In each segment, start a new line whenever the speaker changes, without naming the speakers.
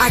A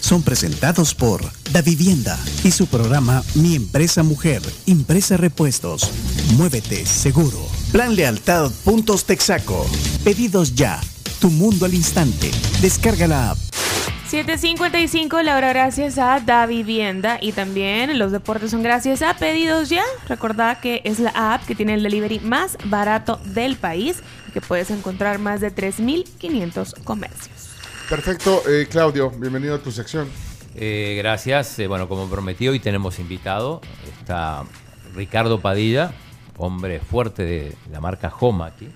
son presentados por Da Vivienda y su programa Mi Empresa Mujer, Impresa Repuestos. Muévete seguro. Plan Lealtad Puntos Texaco. Pedidos ya. Tu mundo al instante. Descarga la app.
7.55 la hora gracias a Da Vivienda y también los deportes son gracias a Pedidos Ya. Recordad que es la app que tiene el delivery más barato del país y que puedes encontrar más de 3.500 comercios.
Perfecto, eh, Claudio, bienvenido a tu sección.
Eh, gracias. Eh, bueno, como prometí, hoy tenemos invitado. Está Ricardo Padilla, hombre fuerte de la marca Homa aquí,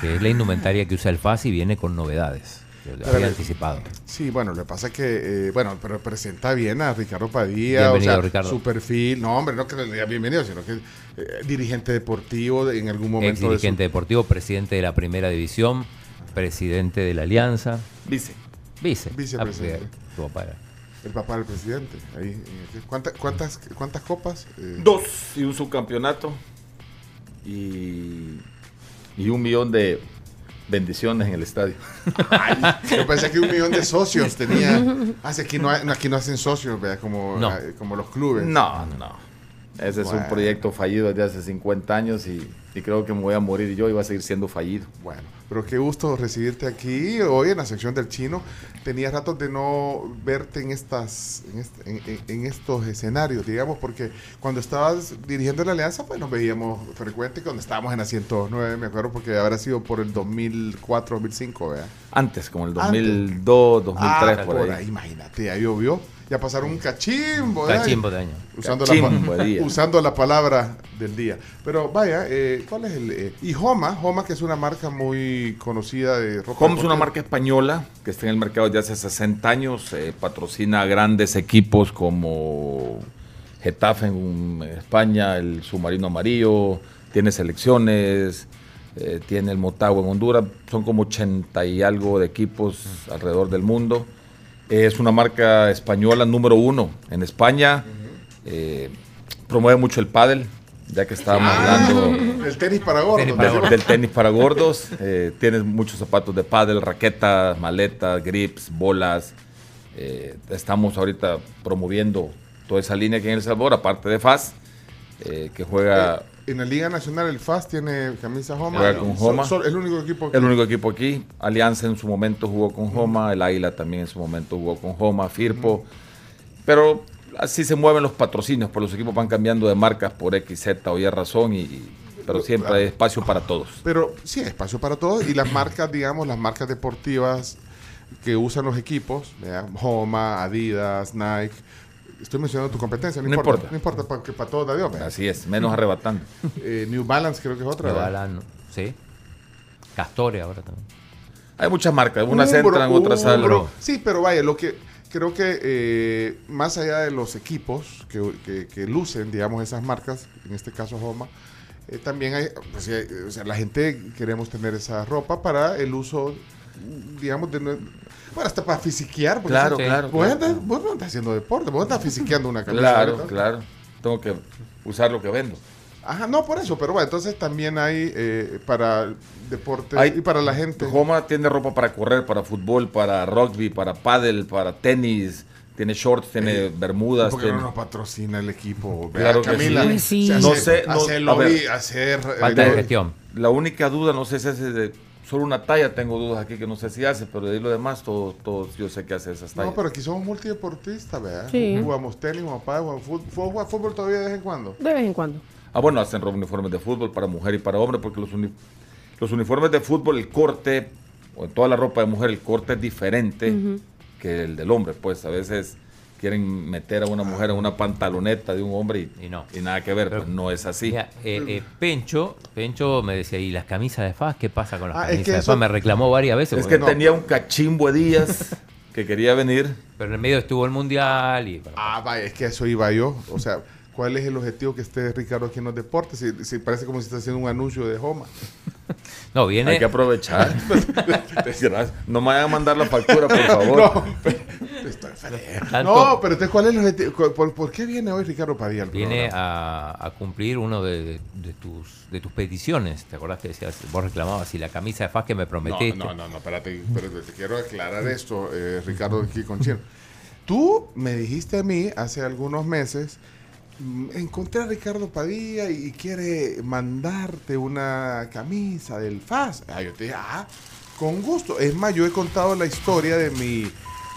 que es la indumentaria que usa el FAS y viene con novedades. Yo lo había
Espérame.
anticipado.
Sí, bueno, lo que pasa es que, eh, bueno, pero presenta bien a Ricardo Padilla,
Bienvenido,
o sea,
Ricardo.
su perfil, no, hombre, no que le diga bienvenido, sino que eh, dirigente deportivo de- en algún momento.
Ex
de su-
dirigente deportivo, presidente de la primera división, presidente de la Alianza,
Vice.
vice.
Vicepresidente.
Ah, porque estuvo para-
el papá del presidente. Ahí, eh, ¿cuánta- ¿cuántas, ¿Cuántas copas? Eh,
Dos y un subcampeonato. Y, y un millón de bendiciones en el estadio.
Yo pensé que un millón de socios tenía. Ah, sí, aquí no, hay- no, aquí no hacen socios, vea, como,
No.
eh, como los clubes.
No, no. Ese es
Bueno.
un proyecto fallido desde hace 50 años y, y creo que me voy a morir yo y va a seguir siendo fallido.
Bueno, pero qué gusto recibirte aquí hoy en la sección del chino. Tenía ratos de no verte en estas, en, est- en- en- en estos escenarios, digamos, porque cuando estabas dirigiendo la alianza, pues nos veíamos frecuente cuando estábamos en la 109, me acuerdo, porque habrá sido por el 2004, 2005, ¿verdad?
Antes, como el
Antes.
2002, 2003,
Ah,
por, ahí.
Imagínate, ya llovió. Ya pasaron un cachimbo, ¿verdad?
Cachimbo de año.
Usando,
Cachimbo
la,
de día.
pa- usando la palabra del día. Pero vaya, eh, ¿cuál es el...? eh? Y Homa, Homa que es una marca muy conocida de ropa.
Home es una
deportiva.
marca española que está en el mercado desde hace 60 años, eh, patrocina grandes equipos como Getafe en, um, España, el Submarino Amarillo, tiene selecciones, eh, tiene el Motagua en Honduras, son como 80 y algo de equipos alrededor del mundo. Eh, es una marca española número uno en España, eh, promueve mucho el pádel, ya que estábamos
Ah,
hablando
El tenis para gordos.
Tenis para
del, del tenis para gordos. eh, tienes muchos zapatos de pádel, raquetas, maletas, grips, bolas. eh, estamos ahorita promoviendo toda esa línea aquí en El Salvador, aparte de FAS, eh, que juega
En la Liga Nacional el FAS tiene camisa Homa.
Juega con
Sol-
Homa.
Sol- el único equipo. que-
el único equipo aquí. Alianza en su momento jugó con Homa, el Águila también en su momento jugó con Homa, Firpo. Pero así se mueven los patrocinios, por los equipos van cambiando de marcas por X, Z o Y razón, y- y, pero siempre hay espacio para todos.
Pero sí, hay espacio para todos. Y las marcas, digamos, las marcas deportivas que usan los equipos, ¿verdad? Homa, Adidas, Nike. Estoy mencionando tu competencia, no,
No
importa,
importa.
No importa, porque para todos da Dios. ¿verdad?
Así es, menos arrebatando.
Eh, New Balance creo que es otra.
Pero
¿verdad?
Alan, ¿no? sí. Castore ahora también.
Hay muchas marcas, unas
Umbro,
entran, otras
Umbro.
salen.
Sí, pero vaya, lo que creo que eh, más allá de los equipos que, que- que lucen, digamos, esas marcas, en este caso Homa, eh, también hay, pues, sí, eh, o sea, la gente queremos tener esa ropa para el uso, digamos, de... nue- Bueno, hasta para fisiquear. porque
Claro,
sí,
claro,
Vos,
claro.
andas- vos no andas haciendo deporte, vos andas fisiqueando una camisa.
Claro,
ahorita.
claro. Tengo que usar lo que vendo.
Ajá, no, por eso, pero bueno, entonces también hay eh, para deporte
Hay-
y para la gente.
Homa tiene ropa para correr, para fútbol, para rugby, para pádel, para tenis. Tiene shorts, tiene bermudas.
Porque no
tiene-
nos patrocina el equipo.
Claro que
Camila.
sí.
O
Uy,
sea,
sí.
hacer-
No sé, no-
hacer
a
lobby,
ver.
hacer, eh,
Falta de
lobby.
gestión.
La única duda, no sé si hace de- solo una talla, tengo dudas aquí que no sé si hace, pero de ahí lo demás, todo, todo- yo sé que hace esas tallas.
No, pero aquí somos multideportistas, ¿verdad?
Sí.
Jugamos tenis, jugamos pádel, jugamos fútbol. Juega fútbol todavía de vez en cuando.
De vez en cuando.
Ah, bueno, hacen ropa- uniformes de fútbol para mujer y para hombre, porque los, uni- los uniformes de fútbol, el corte, o en toda la ropa de mujer, el corte es diferente que el del hombre. Pues a veces quieren meter a una mujer a una pantaloneta de un hombre y,
Y no.
nada que ver,
Pero-
pues no es así.
Mira, eh, eh, Pencho, Pencho me decía, ¿y las camisas de FAS? ¿Qué pasa con las
Ah, es
camisas
que
de
eso-
FAS? Me reclamó varias veces.
es
porque
que
no.
tenía un cachimbo de días que quería venir.
Pero en el medio estuvo el Mundial y...
Ah, vaya, es que a eso iba yo. O sea, cuál es el objetivo que esté Ricardo aquí en los deportes. Si, si parece como si está haciendo un anuncio de Homa.
No, viene.
Hay que aprovechar. Desgracia. no me vayan a mandar la factura, por favor.
tanto-
No, pero entonces, ¿cuál es el objetivo? ¿Cu- ¿Por, por qué viene hoy Ricardo Padilla? al
Viene
programa?
a, a cumplir uno de, de- de tus, de tus peticiones. ¿Te acordás que decías, vos reclamabas y la camisa de faz que me prometiste?
No, no, no, no, espérate, espérate, te quiero aclarar esto, eh, Ricardo, aquí con Chino. Tú me dijiste a mí hace algunos meses, mm, encontré a Ricardo Padilla y quiere mandarte una camisa del FAS. Ah, yo te dije, ah, con gusto. Es más, yo he contado la historia de mi,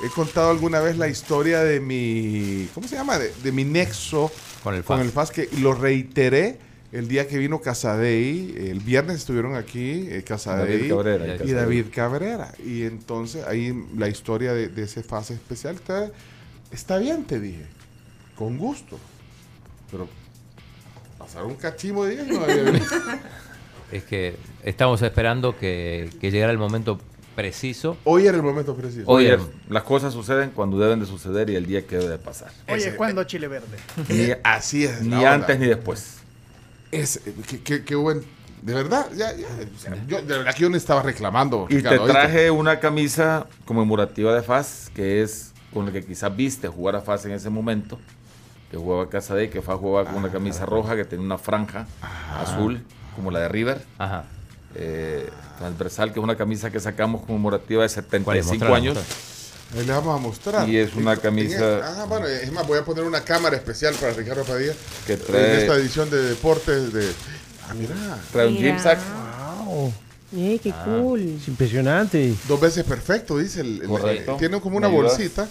he contado alguna vez la historia de mi, ¿cómo se llama? De, de mi nexo
Con el
con
FAS.
el FAS, que lo reiteré. El día que vino Casadei, el viernes estuvieron aquí, eh, Casadei
David Cabrera.
Y
hay que
y
hacer.
David Cabrera. Y entonces ahí la historia de, de ese fase especial está, está bien, te dije. Con gusto. Pero pasar un cachimo de días y no había venido.
Es que estamos esperando que, que llegara el momento preciso.
Hoy era el momento preciso.
Oye,
Oye.
las cosas suceden cuando deben de suceder y el día que debe de pasar.
Oye, ¿cuándo Chile Verde?
Ni,
Así es.
ni
la
antes
onda.
ni después.
Es, eh, qué, qué- qué buen. De verdad, ya, ya, o sea, yo, de verdad que yo no estaba reclamando.
Y te
Ricardo, ¿oíste?
traje una camisa conmemorativa de FAS, que es con la que quizás viste jugar a FAS en ese momento, que jugaba a Casa de, que FAS jugaba con una camisa roja que tenía una franja azul, como la de River,
Ajá.
eh, transversal, que es una camisa que sacamos conmemorativa de
¿Cuál es?
75
Mostrala,
años.
mostrala.
Ahí le vamos a mostrar.
Y es una
En-
camisa-
en- ah, bueno, es más, voy a poner una cámara especial para Ricardo Padilla.
Que
En
trae-
esta edición de deportes de. Ah, mira.
Trae un
Mira.
gym sack.
Ey, qué
Ah.
cool.
Es impresionante.
Dos veces perfecto, dice el. el-
Correcto.
tiene como una
¿Me ayudas?
bolsita.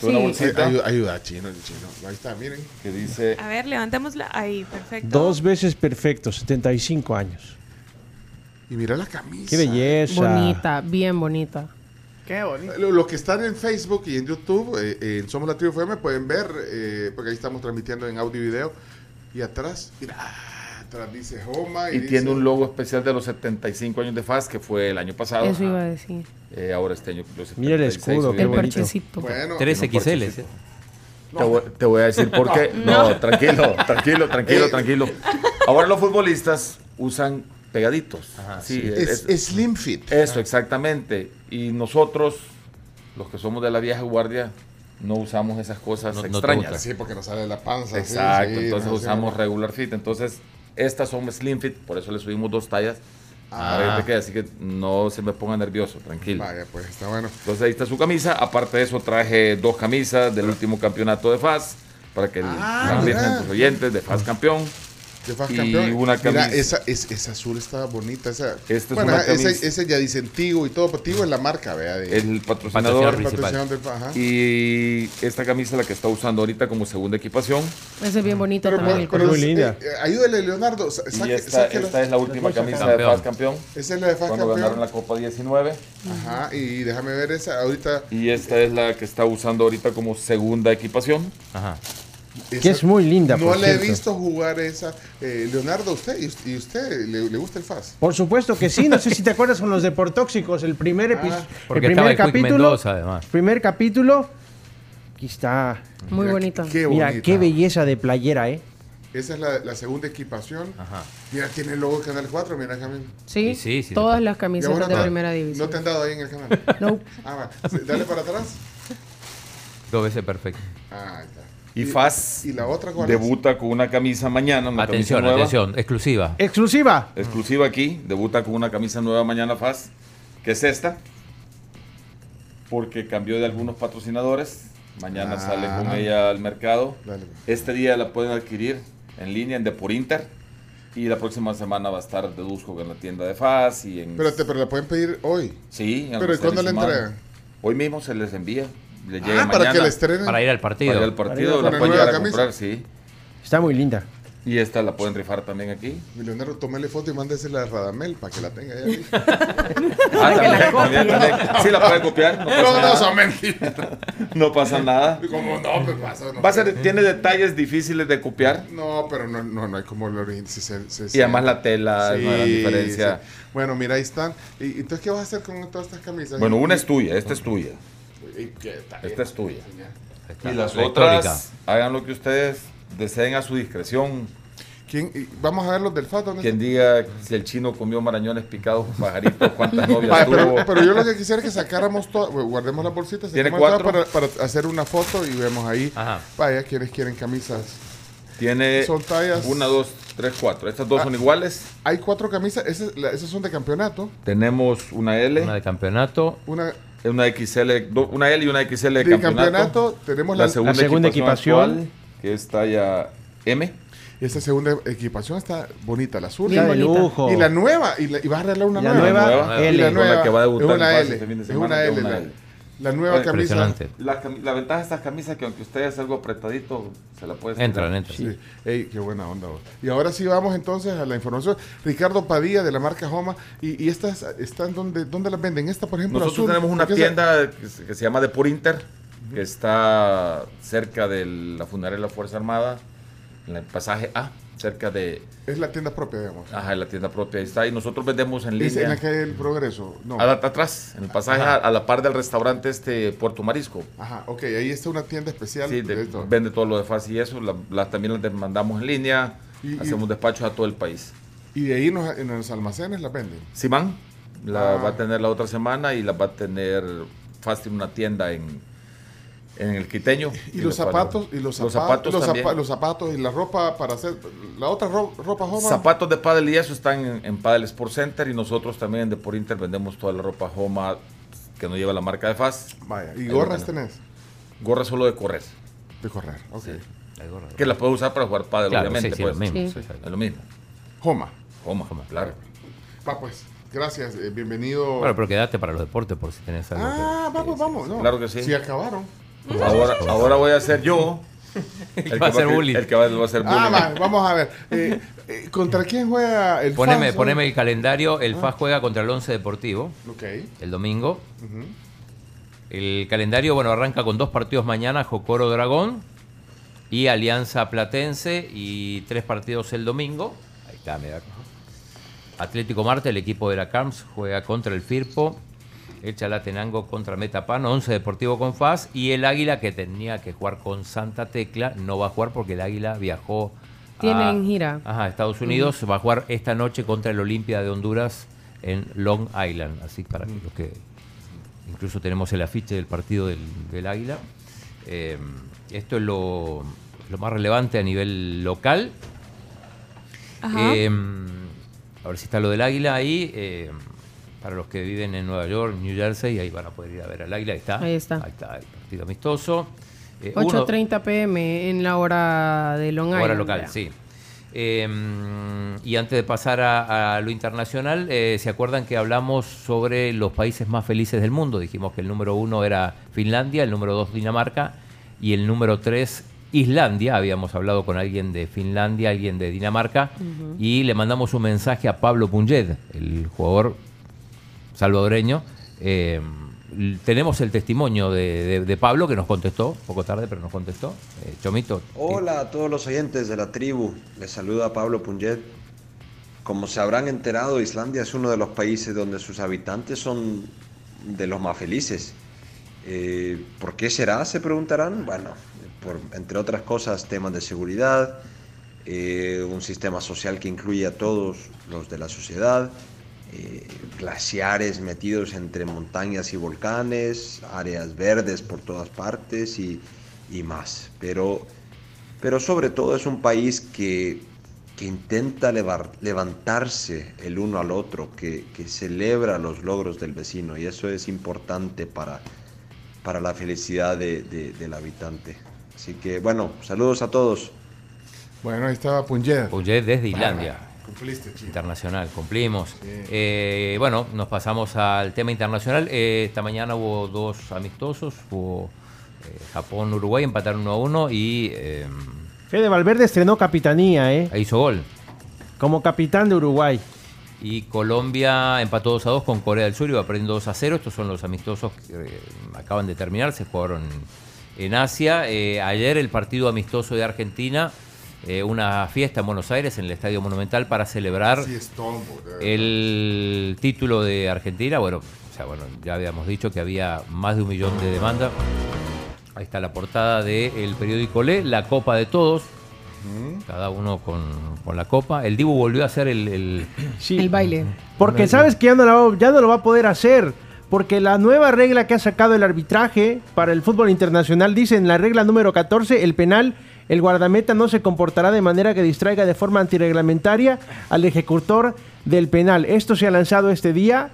Trae una
Sí.
bolsita
Ay- ay- ayuda, chino, chino. Ahí está, miren.
que dice
A ver, levantémosla. Ahí, perfecto.
Dos veces perfecto, 75 años.
Y mira la camisa.
Qué belleza.
Bonita, bien bonita.
Qué bonita.
Lo- Los que están en Facebook y en YouTube, eh, eh, en Somos la Tribu FM, pueden ver, eh, porque ahí estamos transmitiendo en audio y video. Y atrás, mira, ah, atrás dice Homa.
y tiene un logo especial de los 75 años de FAS, que fue el año pasado.
Eso iba a decir.
Eh, ahora este año. los
Mira el
76,
escudo,
soy
Qué
El
bonito.
abuelito.
parchecito.
Bueno,
3XL.
parchecito.
¿sí?
Te voy, te voy a decir por qué. No, tranquilo, tranquilo, tranquilo, tranquilo. Ahora los futbolistas usan pegaditos. Sí,
es,
es-
es Slim Fit.
eso, exactamente. Y nosotros, los que somos de la vieja guardia, no usamos esas cosas
No- no te gusta.
extrañas.
Sí, porque nos sale de la panza. sí,
Exacto,
sí,
entonces
no sé.
usamos regular fit. Entonces, estas son slim fit, por eso le subimos dos tallas.
Ah.
Para que te quede, así que no se me ponga nervioso, tranquilo.
Vaya, pues está bueno.
Entonces ahí está su camisa. Aparte de eso, traje dos camisas del último campeonato de FAS para que
Ah,
también
mira.
los oyentes de FAS campeón.
De Faz
Y
Campeón. Mira,
una camisa.
esa, es- esa azul estaba bonita. Esa,
Esta es
bueno,
una
ajá, ese,
camisa.
ese ya dice en Tigo y todo, pero Tigo es la marca, vea. De,
El
Patrocinador
patrocinador.
principal.
patrocinador del- ajá.
Y esta camisa la que está usando ahorita como segunda equipación.
Ese es bien bonito
Pero,
también.
pero,
el
pero
Muy
color.
es-
linda.
eh, eh, ayúdale, Leonardo. sa-
y
saque-
esta,
sáquela.
esta es la última camisa
campeón.
de FAS campeón.
Esa es la de Faz
Cuando ganaron
Campeón.
la Copa 19.
Ajá, y déjame ver esa. Ahorita.
Y esta es la que está usando ahorita como segunda equipación.
Ajá.
Que
esa-
es muy linda,
No
por
la he
cierto.
visto jugar esa. Eh, Leonardo, usted y, y usted le, le gusta el Faz.
Por supuesto que sí, no sé si te acuerdas con los deportóxicos, el primer
Ah.
episodio, el
Porque estaba
primer
el Quick
capítulo,
Mendoza, además.
primer capítulo. Aquí está.
Muy
Mira,
bonito.
Qué bonita.
Mira, qué belleza de playera, ¿eh?
Esa es la, la segunda equipación.
Ajá.
Mira, tiene el logo de Canal 4. Mira, Jamil.
Sí,
Sí, sí, sí.
todas las
Y
camisetas
ahora
de
no-
primera división.
No te han dado ahí en el canal.
No.
Ah, va. Sí, Dale para atrás.
Dos veces perfecto.
Ah, ahí está.
Y, FAS
y la otra, ¿cuál es?
debuta con una camisa mañana. Una camisa
Atención,
nueva.
atención. Exclusiva.
Exclusiva.
exclusiva aquí, debuta con una camisa nueva mañana Faz, que es esta, porque cambió de algunos patrocinadores, mañana
Ah.
sale con ella al mercado,
Dale. pues.
este día la pueden adquirir en línea en Deporinter y la próxima semana va a estar deduzco en la tienda de Faz y en...
Pero, te, pero la pueden pedir hoy.
sí, en
pero
los
¿y cuándo
seres
la
humanos.
entregan?
Hoy mismo se les envía, le llega
Ah,
mañana
para que la estrenen.
Para ir al partido.
para ir al
Para ir
partido,
con
la
la
pueden
nueva
llegar a
camisa.
comprar, sí,
Está muy linda.
y esta la pueden rifar también aquí.
Leonardo, tómele foto y mándesela a Radamel para que la tenga ella.
Ah, también, también, también. Sí, la pueden copiar. No, pasa
no, no,
nada.
son mentiras.
No pasa nada.
Como no, me pasa. No,
Va a ser- tiene detalles difíciles de copiar.
No, pero no, no, no hay como el origen. si se- se-
Y
se-
además la tela,
Sí,
no la diferencia.
sí. Bueno, mira, ahí están. Y, entonces, ¿qué vas a hacer con todas estas camisas?
Bueno, una es tuya, esta es tuya.
Y- y- que está bien.
Esta es tuya.
Está
Y las
la
otras,
histórica.
hagan lo que ustedes deseen a su discreción.
¿Quién- y Vamos a ver los del Ah, FAT. ¿dónde
Quien
está?
diga si el chino comió marañones picados, pajaritos, cuántas novias
Ah, pero,
tuvo.
pero yo lo que quisiera es que sacáramos todas, bueno, guardemos las bolsitas,
¿Tiene
saquemos todas
cuatro?
Para, para hacer una foto y vemos ahí,
Ajá.
vaya, quienes quieren camisas.
Tiene
Son tallas.
una, dos, tres, cuatro. Estas dos
Ah.
son iguales.
Hay cuatro camisas, esas, la- esas son de campeonato.
Tenemos una L,
Una de campeonato.
Una de
una XL, do- una L y una XL de,
campeonato,
campeonato.
tenemos la,
La segunda,
La segunda
equipación,
equipación.
actual, que es talla M.
y esta segunda equipación está bonita, la azul.
Bien
Está de
bonita.
lujo.
Y la nueva, y, la- y vas a arreglar una
La
nueva.
nueva
Y
L.
la
con
nueva,
la que va a debutar
es una
Paz
L,
este fin de
es
semana,
una
que
L, la, la nueva
Bueno,
camisa.
Impresionante.
La, cami- la ventaja de estas camisas es que aunque usted hace algo apretadito, se la puede
Entran, entran.
Sí. Ey, qué buena onda vos. Y ahora sí vamos entonces a la información. Ricardo Padilla de la marca Homa. ¿Y, y estas están donde, dónde las venden? Esta, por ejemplo,
Nosotros
azul,
tenemos una
porque esa-
tienda que se, que se llama Depur Inter, que está cerca de la funeraria de la Fuerza Armada, en el pasaje A, cerca de
Es la tienda propia, digamos.
ajá, de la tienda propia. Ahí está. Y nosotros vendemos en
es en
línea.
la calle del Progreso. No.
a la- atrás, en el pasaje A, a la par del restaurante este Puerto Marisco.
Ajá, ok, ahí está una tienda especial.
Sí,
de
de-
esto.
vende todo lo de FAS y eso. la- las también las mandamos en línea.
Y- y-
hacemos despachos a todo el país.
Y de ahí nos- en los almacenes las venden.
Simán la
Ah.
va a tener la otra semana y la va a tener Fast en una tienda en, en el Quiteño.
Y, los,
la-
zapatos, y los,
los
zapa-
zapatos
los,
también.
zapa- los zapatos y la ropa para hacer. La otra ro- ropa Homa.
Zapatos de Padel y eso están en, en Padel Sport Center y nosotros también en Depor Inter vendemos toda la ropa Homa que no lleva la marca de Fast.
Vaya, y
Ahí
gorras
lo tenemos.
tenés
Gorra solo de correr.
de correr. Ok.
Que la puedes usar para jugar Padel,
Claro,
obviamente.
sí, sí,
pues.
lo mismo.
Sí.
sí, sí.
Es lo mismo.
Homa.
Homa, claro.
Va pues. Gracias, eh, bienvenido.
Bueno, pero quedate para los deportes por si tenés algo.
ah,
que-
vamos,
que-
vamos. No.
Claro que sí.
Si acabaron.
Ahora, ahora voy a ser yo. El
va a hacer bullying.
El que va, va a hacer bullying.
Ah, va, vamos a ver. Eh, eh, ¿Contra quién juega el
Poneme,
Fans?
poneme el calendario.
Ah.
El FAS juega contra el Once Deportivo
Ok.
el domingo. El calendario, bueno, arranca con dos partidos mañana, Jocoro Dragón y Alianza Platense y tres partidos el domingo. Ahí está, mira. Atlético Marte, el equipo de la CARMS, juega contra el Firpo. El Chalatenango contra Metapan, Once Deportivo con FAS y el Águila que tenía que jugar con Santa Tecla no va a jugar porque el Águila viajó a-
Tienen gira.
Ajá, Estados Unidos va a jugar esta noche contra el Olimpia de Honduras en Long Island. Así para que los que. Incluso tenemos el afiche del partido del, del Águila. Eh, esto es lo, lo más relevante a nivel local.
Ajá.
Eh, a ver si está lo del Águila ahí. eh, para los que viven en Nueva York, New Jersey, ahí van a poder ir a ver al Águila. Ahí está.
Ahí está.
Ahí está, el partido amistoso. Eh, uno-
8.30 pm en la hora de Long Island.
Hora local,
ya.
sí. Eh, y antes de pasar a, a lo internacional, eh, ¿se acuerdan que hablamos sobre los países más felices del mundo? Dijimos que el número uno era Finlandia, el número dos Dinamarca y el número tres Islandia. Habíamos hablado con alguien de Finlandia, alguien de Dinamarca y le mandamos un mensaje a Pablo Punjed, el jugador salvadoreño. Eh, l- tenemos el testimonio de, de- de Pablo que nos contestó, poco tarde, pero nos contestó. Eh, Chomito.
Hola a todos los oyentes de la tribu, les saluda Pablo Punget. Como se habrán enterado, Islandia es uno de los países donde sus habitantes son de los más felices. Eh, ¿Por qué será? Se preguntarán. Bueno, por, entre otras cosas, temas de seguridad, eh, un sistema social que incluye a todos los de la sociedad, eh, glaciares metidos entre montañas y volcanes, áreas verdes por todas partes y, y más. Pero pero sobre todo es un país que, que intenta levar- levantarse el uno al otro, que, que celebra los logros del vecino y eso es importante para, para la felicidad de- de- del habitante. Así que bueno, saludos a todos.
Bueno, ahí estaba Punjed.
Oye, desde Islandia.
Cumpliste, chico.
Internacional, cumplimos. Eh, bueno, nos pasamos al tema internacional. Eh, esta mañana hubo dos amistosos. Hubo eh, Japón-Uruguay, empataron 1 a 1 y eh,
Fede Valverde estrenó capitanía, ¿eh?
ahí hizo gol.
Como capitán de Uruguay.
Y Colombia empató 2 a 2 con Corea del Sur y va perdiendo 2 a 0. Estos son los amistosos que eh, acaban de terminar, se jugaron en Asia. Eh, ayer el partido amistoso de Argentina, eh, una fiesta en Buenos Aires, en el Estadio Monumental, para celebrar
Sí, es tombo. de verdad.
el título de Argentina, bueno, o sea, bueno, ya habíamos dicho que había más de un millón de demandas. Ahí está la portada del periódico Le, la Copa de Todos, Cada uno con, con la copa. El Dibu volvió a hacer el. el-
El baile.
Porque sabes que ya no, la va- ya no lo va a poder hacer. Porque la nueva regla que ha sacado el arbitraje para el fútbol internacional dice en la regla número 14, el penal, el guardameta no se comportará de manera que distraiga de forma antirreglamentaria al ejecutor del penal. Esto se ha lanzado este día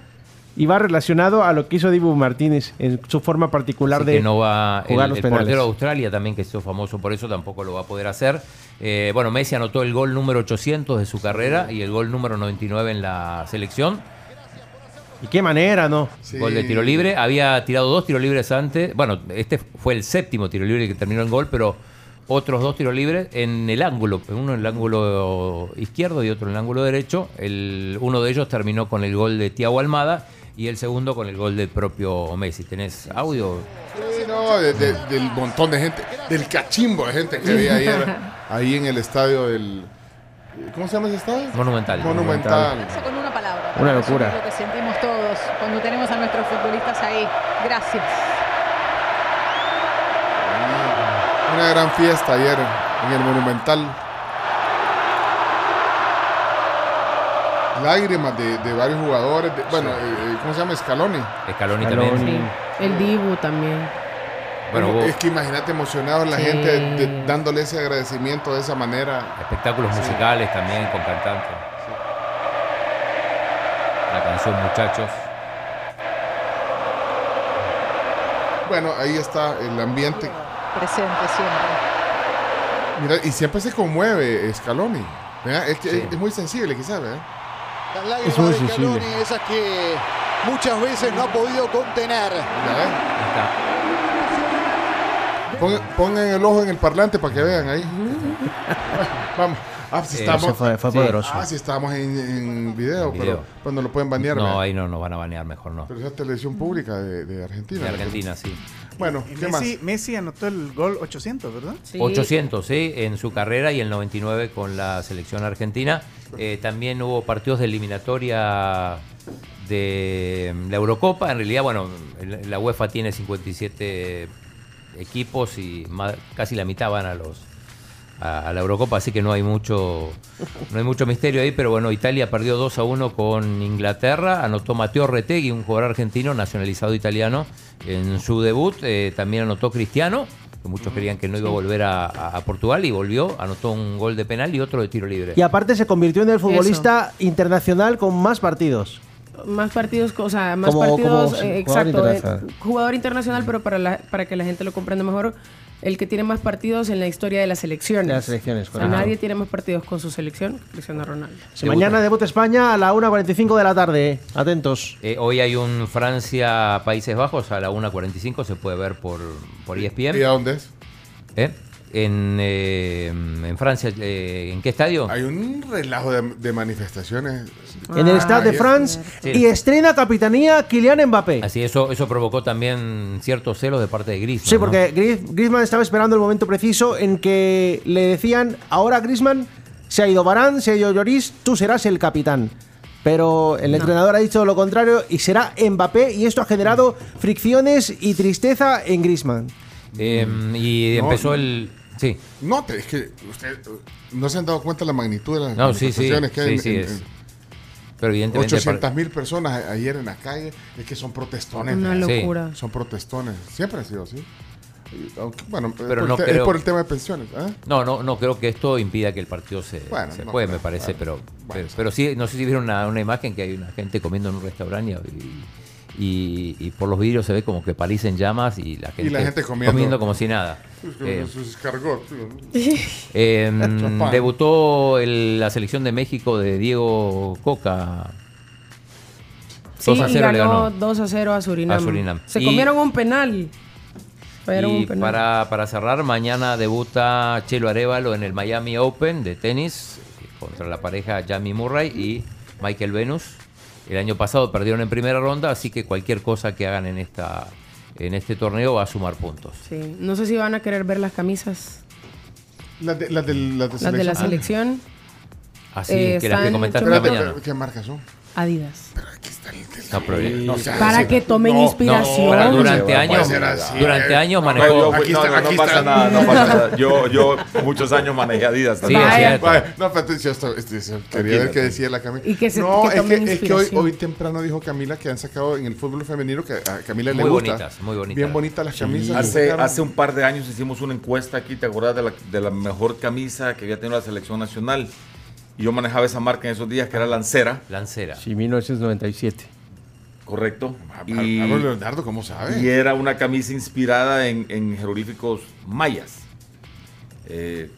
y va relacionado a lo que hizo Dibu Martínez en su forma particular
Así
de
que no va el,
jugar los
el
penales.
portero de Australia también que es famoso por eso tampoco lo va a poder hacer Eh, bueno Messi anotó el gol número 800 de su carrera y el gol número 99 en la selección
Y qué manera, ¿no?
gol de tiro libre había tirado dos tiros libres antes bueno este fue el séptimo tiro libre que terminó en gol pero otros dos tiros libres en el ángulo uno en el ángulo izquierdo y otro en el ángulo derecho el uno de ellos terminó con el gol de Tiago Almada y el segundo con el gol del propio Messi tenés audio
Sí, no, de- de- del montón de gente, del cachimbo de gente que había ayer ahí en el estadio del. ¿Cómo se llama ese estadio?
Monumental.
Monumental.
Eso con una palabra.
Una
Eso
locura.
es Lo que sentimos todos cuando tenemos a nuestros futbolistas ahí. Gracias.
Una gran fiesta ayer en el Monumental. Lágrimas de, de varios jugadores. de- bueno, eh, eh, ¿cómo se llama? Scaloni.
Scaloni también.
Sí. El Dibu también.
Bueno, hubo-
es que imagínate emocionado la
Sí.
gente de- dándole ese agradecimiento de esa manera.
Espectáculos
Sí.
musicales también con cantantes. La canción Muchachos.
Bueno, ahí está el ambiente.
Presente siempre.
Mira, y siempre se conmueve Scaloni. ¿verdad? Es, que
Sí.
es- es muy sensible, quizás, ¿verdad?
Las
Es
lágrimas
muy
de
sensible.
Scaloni, esas que muchas veces no ha podido contener.
Pongan, pongan el ojo en el parlante para que vean ahí. Vamos. Ah, si
Eh,
estamos.
eso fue- fue
Sí.
poderoso.
Ah, si estamos en, en video,
En video.
pero cuando lo pueden banear.
No,
¿verdad?
ahí no nos van a banear, mejor no.
Pero esa es televisión pública de, de Argentina.
De Argentina, sí.
Bueno,
Y
¿qué
Messi, Messi anotó el gol 800, ¿verdad?
800, sí, ¿eh? en su carrera y el 99 con la selección argentina. Eh, también hubo partidos de eliminatoria de mm, la Eurocopa. En realidad, bueno, el- la UEFA tiene 57 equipos y ma- casi la mitad van a los a, a la Eurocopa, así que no hay mucho no hay mucho misterio ahí, pero bueno, Italia perdió 2 a 1 con Inglaterra, anotó Mateo Retegui, un jugador argentino nacionalizado italiano en su debut, eh, también anotó Cristiano, que muchos creían que no iba a volver a, a- a Portugal y volvió, anotó un gol de penal y otro de tiro libre.
Y aparte se convirtió en el futbolista internacional con más partidos.
Más partidos, o sea, más
Como-
partidos,
como
eh,
jugador
exacto, eh,
internacional.
jugador internacional, pero para, la- para que la gente lo comprenda mejor, el que tiene más partidos en la historia de las selecciones.
De las selecciones,
O sea,
correcto.
nadie tiene más partidos con su selección que Cristiano Ronaldo.
Sí, mañana debuta España a la 1.45 de la tarde. Atentos.
Eh, hoy hay un Francia-Países Bajos a la 1.45, se puede ver por, por E ESPN.
¿Y a dónde es?
¿Eh? En, eh, en Francia, eh, ¿en qué estadio?
Hay un relajo de, de manifestaciones.
En
Ah,
el Stade de
Ayer.
France
Sí.
y estrena capitanía Kylian Mbappé.
Así eso, eso provocó también ciertos celos de parte de Griezmann.
Sí,
¿no?
porque Griez- Griezmann estaba esperando el momento preciso en que le decían, ahora Griezmann se ha ido Barán, se ha ido Lloris, tú serás el capitán. Pero el entrenador ha dicho lo contrario y será Mbappé y esto ha generado fricciones y tristeza en Griezmann.
Eh, y
No.
empezó el. Sí.
No, te- es que usted no se han dado cuenta de la magnitud de las
No, sí, sí.
manifestaciones que hay
sí,
en-
sí,
en-
es.
en-
Pero evidentemente.
800 mil personas a- ayer en la calle. Es que son protestones.
Una
¿verdad?
locura.
Son protestones. Siempre ha sido así. Y, aunque, bueno, es,
Pero
por
no
el te- es
creo-
por el tema de pensiones. ¿eh?
No, no, no creo que esto impida que el partido se,
Bueno,
se
no
juegue,
creo.
me parece,
Bueno,
pero,
bueno,
pero, pero sí, no sé si vieron una, una imagen que hay una gente comiendo en un restaurante y, y- y por los vidrios se ve como que París en llamas y la gente,
Y la gente comiendo.
como si nada. Eh,
Sus cargots,
eh,
Champán.
debutó el- la selección de México de Diego Coca.
Sí,
2 a
y
0 le
ganó
ganó.
2 a 0 a Surinam.
A Surinam.
Se
Y-
comieron un penal. Fallaron
Y
un penal.
para, para cerrar, mañana debuta Chelo Arevalo en el Miami Open de tenis eh, contra la pareja Jamie Murray y Michael Venus. El año pasado perdieron en primera ronda, así que cualquier cosa que hagan en esta en este torneo va a sumar puntos.
Sí. No sé si van a querer ver las camisas,
Las de, las de, las de
las de la
selección.
selección.
Ah. Así
Eh,
que las que
están
comentaste
hecho-
mañana.
¿Qué marcas son?
Adidas.
No, pero-
No seas
Para
así.
que tomen inspiración.
Para
no,
durante
no
años,
puede ser así.
durante años
No,
manejó.
yo fui- no, no, no pasa nada, no pasa nada. Yo, yo muchos años manejé Adidas también.
Vaya, No, espérate, yo estaba- este, yo quería ver
Tranquila,
qué decía la Camila.
Y que se-
no,
que
es
tomen
que, es que hoy,
inspiración.
hoy temprano dijo Camila que han sacado en el fútbol femenino que a Camila le
Muy
gusta.
bonitas, muy bonitas.
Bien bonitas las camisas. que
Hace,
sacaron.
hace un par de años hicimos una encuesta aquí, ¿te acordás de la, de la mejor camisa que había tenido la selección nacional? Y yo manejaba esa marca en esos días, que era Lancera.
Lancera.
Sí, 1997.
Correcto.
Ah, Pablo Leonardo, ¿cómo sabe?
Y era una camisa inspirada en, en jeroglíficos mayas. Eh,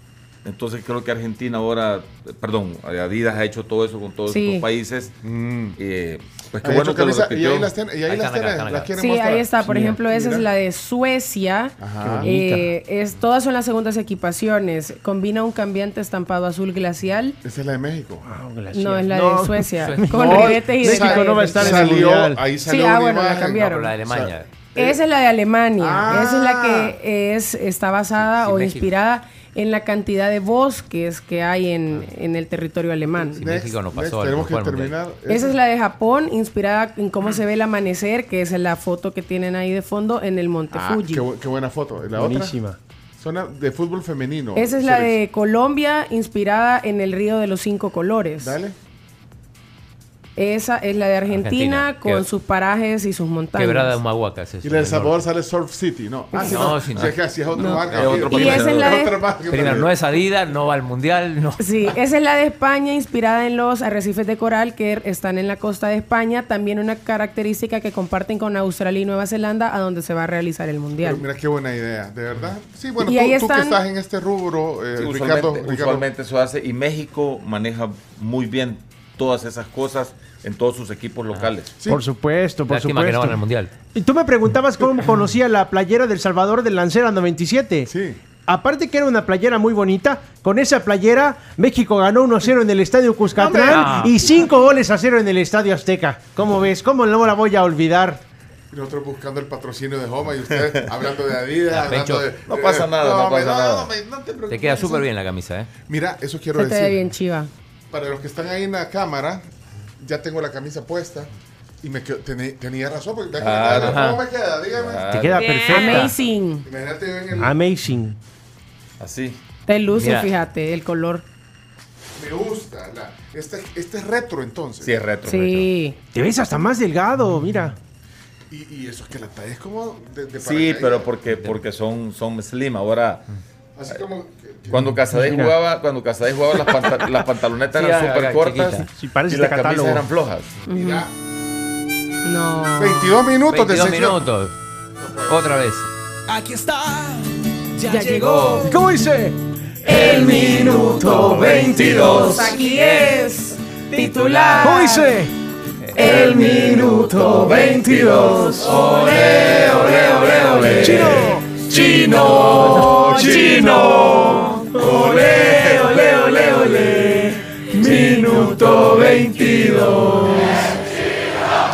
entonces creo que Argentina ahora, eh, perdón, Adidas ha hecho todo eso con todos
Sí.
los países.
Mm.
Eh, pues qué
Ha
bueno
hecho
que lo
camisas, y
repitió.
ahí las tiene, y ahí las tiene, las quiere
Sí,
mostrar.
ahí está. Por
Sí,
ejemplo, esa
mira.
es la de Suecia.
Ajá.
ah,
Eh, es, todas son las segundas equipaciones. Combina un cambiante estampado azul glacial.
Esa es la de México.
No, es la de Suecia.
Suecia.
Con
No,
ribetes y
México
detalles.
no va a estar en el Salió- Mundial. ahí salió
Sí, ah,
una
bueno, la
imagen.
cambiaron.
No, pero la de Alemania.
Esa es la de Alemania. Esa es la que es, está basada o
México.
inspirada en la cantidad de bosques que hay en, en el territorio alemán.
Si México no
Ah, next,
pasó. al-
tenemos que
fue al Mundial.
terminar.
Esa es la de Japón, inspirada en cómo se ve el amanecer, que es la foto que tienen ahí de fondo en el monte
Ah,
Fuji.
qué, bu- qué buena foto. La
Buenísima.
otra. Zona de fútbol femenino.
Esa es la
Selección.
de Colombia, inspirada en el río de los cinco colores.
Dale.
Esa es la de Argentina,
Argentina,
con
que-
sus parajes y sus montañas.
Quebrada de Humahuaca. es eso,
Y la de
del
El Salvador
norte.
sale Surf City, ¿no. Ah, sí,
No,
no.
sí,
Si
no.
es que así es otra
No.
marca.
Es otro
Y esa es la de-
otra marca.
Primero, no es Adidas, no va al mundial, no.
Sí, esa es la de España, inspirada en los arrecifes de coral que están en la costa de España. También una característica que comparten con Australia y Nueva Zelanda, a donde se va a realizar el
Pero
mundial.
mira qué buena idea, de verdad. Sí, bueno,
Y
tú,
ahí
tú que
están-
estás en este rubro, eh,
Sí, usualmente,
Ricardo. Ricardo
usualmente eso hace. Y México maneja muy bien todas esas cosas en todos sus
Ah.
equipos locales.
Por supuesto, por
Lástima
supuesto.
que no van al mundial.
Y tú me preguntabas cómo conocía la playera del Salvador del Lancera 97.
Sí.
Aparte que era una playera muy bonita, con esa playera México ganó 1-0 en el Estadio Cuscatlán
¡Hombre!
y 5 goles a 0 en el Estadio Azteca. ¿Cómo ves? ¿Cómo no la voy a olvidar?
Y nosotros buscando el patrocinio de Homa y ustedes hablando de Adidas.
Ah,
hablando
Pencho.
de,
No pasa nada, no
hombre,
pasa nada.
hombre, no te preocupes.
Te queda súper bien la camisa, ¿eh?
Mira, eso quiero
Se te ve
decir.
bien chiva.
Para los que están ahí en la cámara, ya tengo la camisa puesta y me quedo- tené- tenía razón. Porque, vea que me
Claro.
queda-
Ajá.
¿Cómo me queda? Dígame.
Te
Ah,
queda
Bien.
perfecta.
Amazing.
Imagínate yo en
Ah.
el.
Amazing.
Así.
Te luce,
Mira.
fíjate, el color.
Me gusta. La, este, este es retro entonces.
Sí, es retro.
Sí.
Te ves hasta más delgado, mira.
Y, y eso es que la talla es como de, de
Sí,
paracaídas.
pero porque, porque son, son slim. Ahora,
Así como. que- que-
cuando Casadei
Mira.
jugaba, cuando Casadei jugaba las, panta- las pantalonetas
Sí,
eran
haga,
súper
haga,
cortas
chiquita.
Sí, parece
y las
este catálogo.
camisas eran flojas.
Mira,
No.
22 minutos de
22
sección.
minutos. Otra vez.
Aquí está,
Ya llegó.
¿Cómo dice?
El minuto
22.
Aquí es titular.
¿Cómo dice?
El minuto
22.
Ole, ole, ole, ole.
Chino.
Chino, chino. Ole, ole, ole, ole. Minuto 22.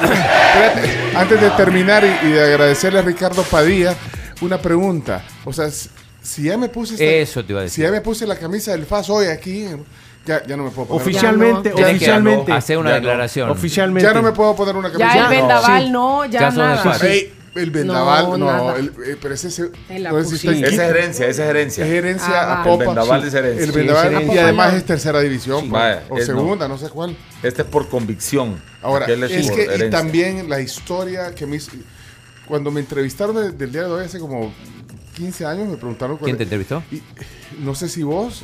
Espérate, antes de terminar y, y de agradecerle a Ricardo Padilla, una pregunta. O sea, si- si ya me puse. esta-
Eso te iba a
si
decir.
ya me puse la camisa del FAS hoy aquí, ya, ya no me puedo poner.
Oficialmente,
Tienes que
oficialmente.
hacer una
Ya no.
declaración.
Oficialmente.
Ya no me puedo poner una camisa.
Ya el
del FAS.
vendaval
Sí.
no, ya,
Ya son
nada.
esas-
Ey, el vendaval,
No,
no,
nada.
el- eh, pero ese se-
En la
no sé si está
fusil.
en
Esa es
Quito.
herencia, esa es herencia.
es herencia
Ah,
a
va.
Popa.
El vendaval es herencia.
El
Sí,
vendaval
es
a Popa,
herencia.
y además es tercera división,
Sí,
pues,
vaya,
o
es no.
segunda, no. sé cuál.
Este es por convicción.
Ahora,
aquel
es
por
que y
herencia.
también la historia que me hizo, cuando me entrevistaron de- del día de hoy hace como 15 años me preguntaron cuál-
¿Quién te entrevistó?
y- no sé si vos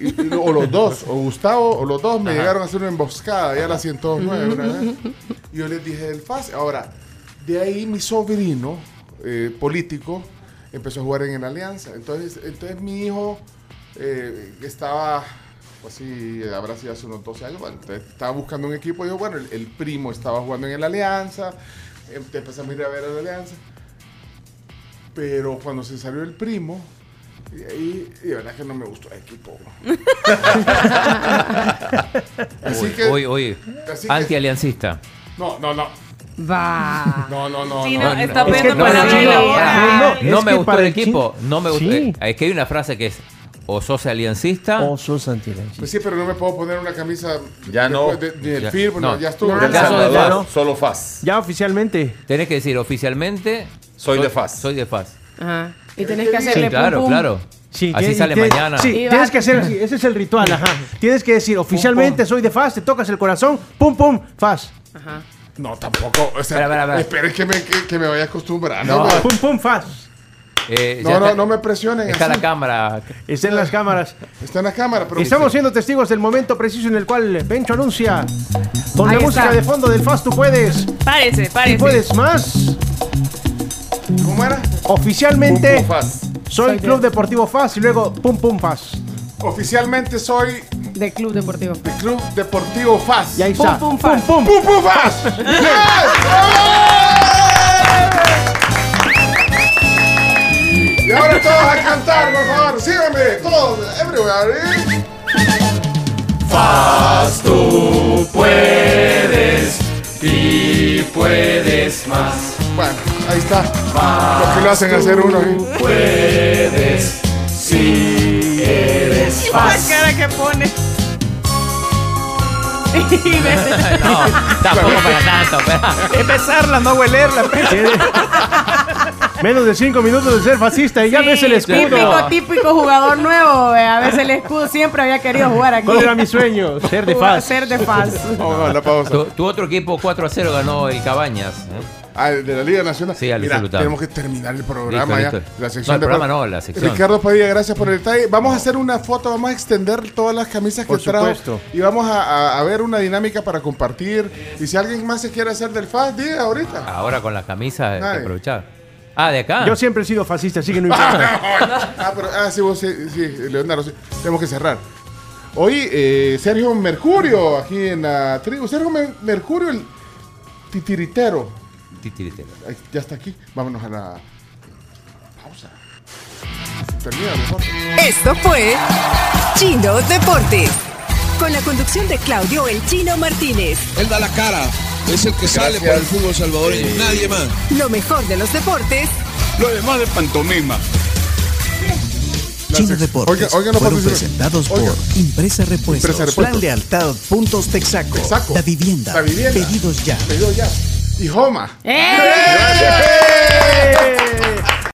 y- y- o los dos, o Gustavo, o los dos me llegaron a hacer una emboscada ya a la 109 una vez. Y yo les dije del FAS. Ahora, de ahí mi sobrino eh, político empezó a jugar en el Alianza. Entonces, entonces mi hijo eh, estaba, pues sí, habrá sido hace unos 12 años, bueno, entonces estaba buscando un equipo. Yo, bueno, el, el primo estaba jugando en el Alianza. em- Empezamos a ir a ver a la Alianza. Pero cuando se salió el primo, y ahí, y de verdad que no me gustó el equipo. bro. así
Uy,
que,
uy, uy.
así que-
Antialiancista.
No, no, no.
Va.
No, no, no.
Sí,
no.
no, está
Es
poniendo
que no,
palabras
no,
en la
no,
boca.
No
Ah, Es
me
que
gustó
para
el
el
equipo.
chin-
No me gustó.
Sí.
Es que hay una frase que es O sos aliancista.
O sos antialiancista.
Pues sí, pero no me puedo poner una camisa.
Ya no.
después de- del
Ya-
FIR, bueno,
no.
ya estuvo.
Ya Ya sos de no, FAS.
solo FAS.
Ya oficialmente.
Tenés que decir oficialmente. Soy, de FAS. Soy de FAS.
Ajá. Y tenés que hacerle
Sí, claro,
pum, pum.
claro.
Sí,
Así
que-
sale
que-
mañana.
Sí,
Y
tienes
va-
que hacer así, ese es el ritual, ajá. Tienes que decir, oficialmente soy de FAS, te tocas el corazón, pum, pum, FAS.
Ajá.
No, tampoco. O sea, esperen que me, que, que me vaya acostumbrando.
No.
No,
Pum, pum, FAS.
Eh,
no,
ya
no,
está-
no me presionen.
Está
así.
la cámara.
Están las cámaras.
Están las cámaras, pero.
Estamos siendo testigos del momento preciso en el cual Bencho anuncia con
Ahí
la
está.
música de fondo del FAS, tú puedes.
Párese, párese.
¿Y puedes más?
¿Cómo era?
Oficialmente
Pum, pum, Faz.
soy
Soy
Club
de-
Deportivo FAS y luego Pum Pum FAS.
Oficialmente soy.
De Club Deportivo FAS.
De Club Deportivo FAS.
Y ahí está.
Pum, pum,
FAS. Pum,
pum, FAS. Y ahora todos a cantar, por favor. Síganme, todos, everybody.
Faz tú puedes y puedes más.
Bueno, ahí está. Lo que lo hacen hacer uno. ¿eh?
Puedes si eres
La
faz.
cara que pone.
No, tampoco para tanto. pero-
Empezarla, no huelerla. Menos de cinco minutos de ser fascista y ya ves el escudo.
Típico, típico jugador nuevo. eh. A veces el escudo siempre había querido jugar aquí.
¿Cuál era mi sueño? Ser de FAS.
Ser de FAS.
Tu, tu otro equipo 4 a 0 ganó el Cabañas. ¿eh?
Ah, de la Liga Nacional.
Sí, al
Mira,
disfrutado.
tenemos que terminar el programa ya.
Listo, listo.
La sección
No, el
de-
programa no, la sección.
Ricardo Padilla, gracias por el detalle. Vamos a hacer una foto, vamos a extender todas las camisas que
Por
trajo
supuesto.
y vamos a, a- a ver una dinámica para compartir. Y si alguien más se quiere hacer del FAS, diga ahorita.
Ahora con las camisas hay
Ay.
que aprovechar. Ah, de acá.
Yo siempre he sido fascista, así que no importa.
ah, pero, ah, sí, vos, sí, sí, Leonardo, sí. Tenemos que cerrar. Hoy, eh, Sergio Mercurio, aquí en la tribu. Sergio Mer- Mercurio, el titiritero.
Titiritero.
Ay, Ya está aquí. Vámonos a la pausa. Termina, mejor.
Esto fue Chino Deportes. Con la conducción de Claudio El Chino Martínez.
Él da la cara, es el que sale por el fútbol salvadoreño, nadie más.
Lo mejor de los deportes.
Lo demás de pantomima.
Chino Deportes fueron presentados por Impresa Repuestos,
Impresa Repuestos.
Plan Lealtad, Puntos Texaco,
Texaco.
La Vivienda,
La Vivienda.
Pedidos Ya.
Pedido ya. Y Joma.
¡Eh!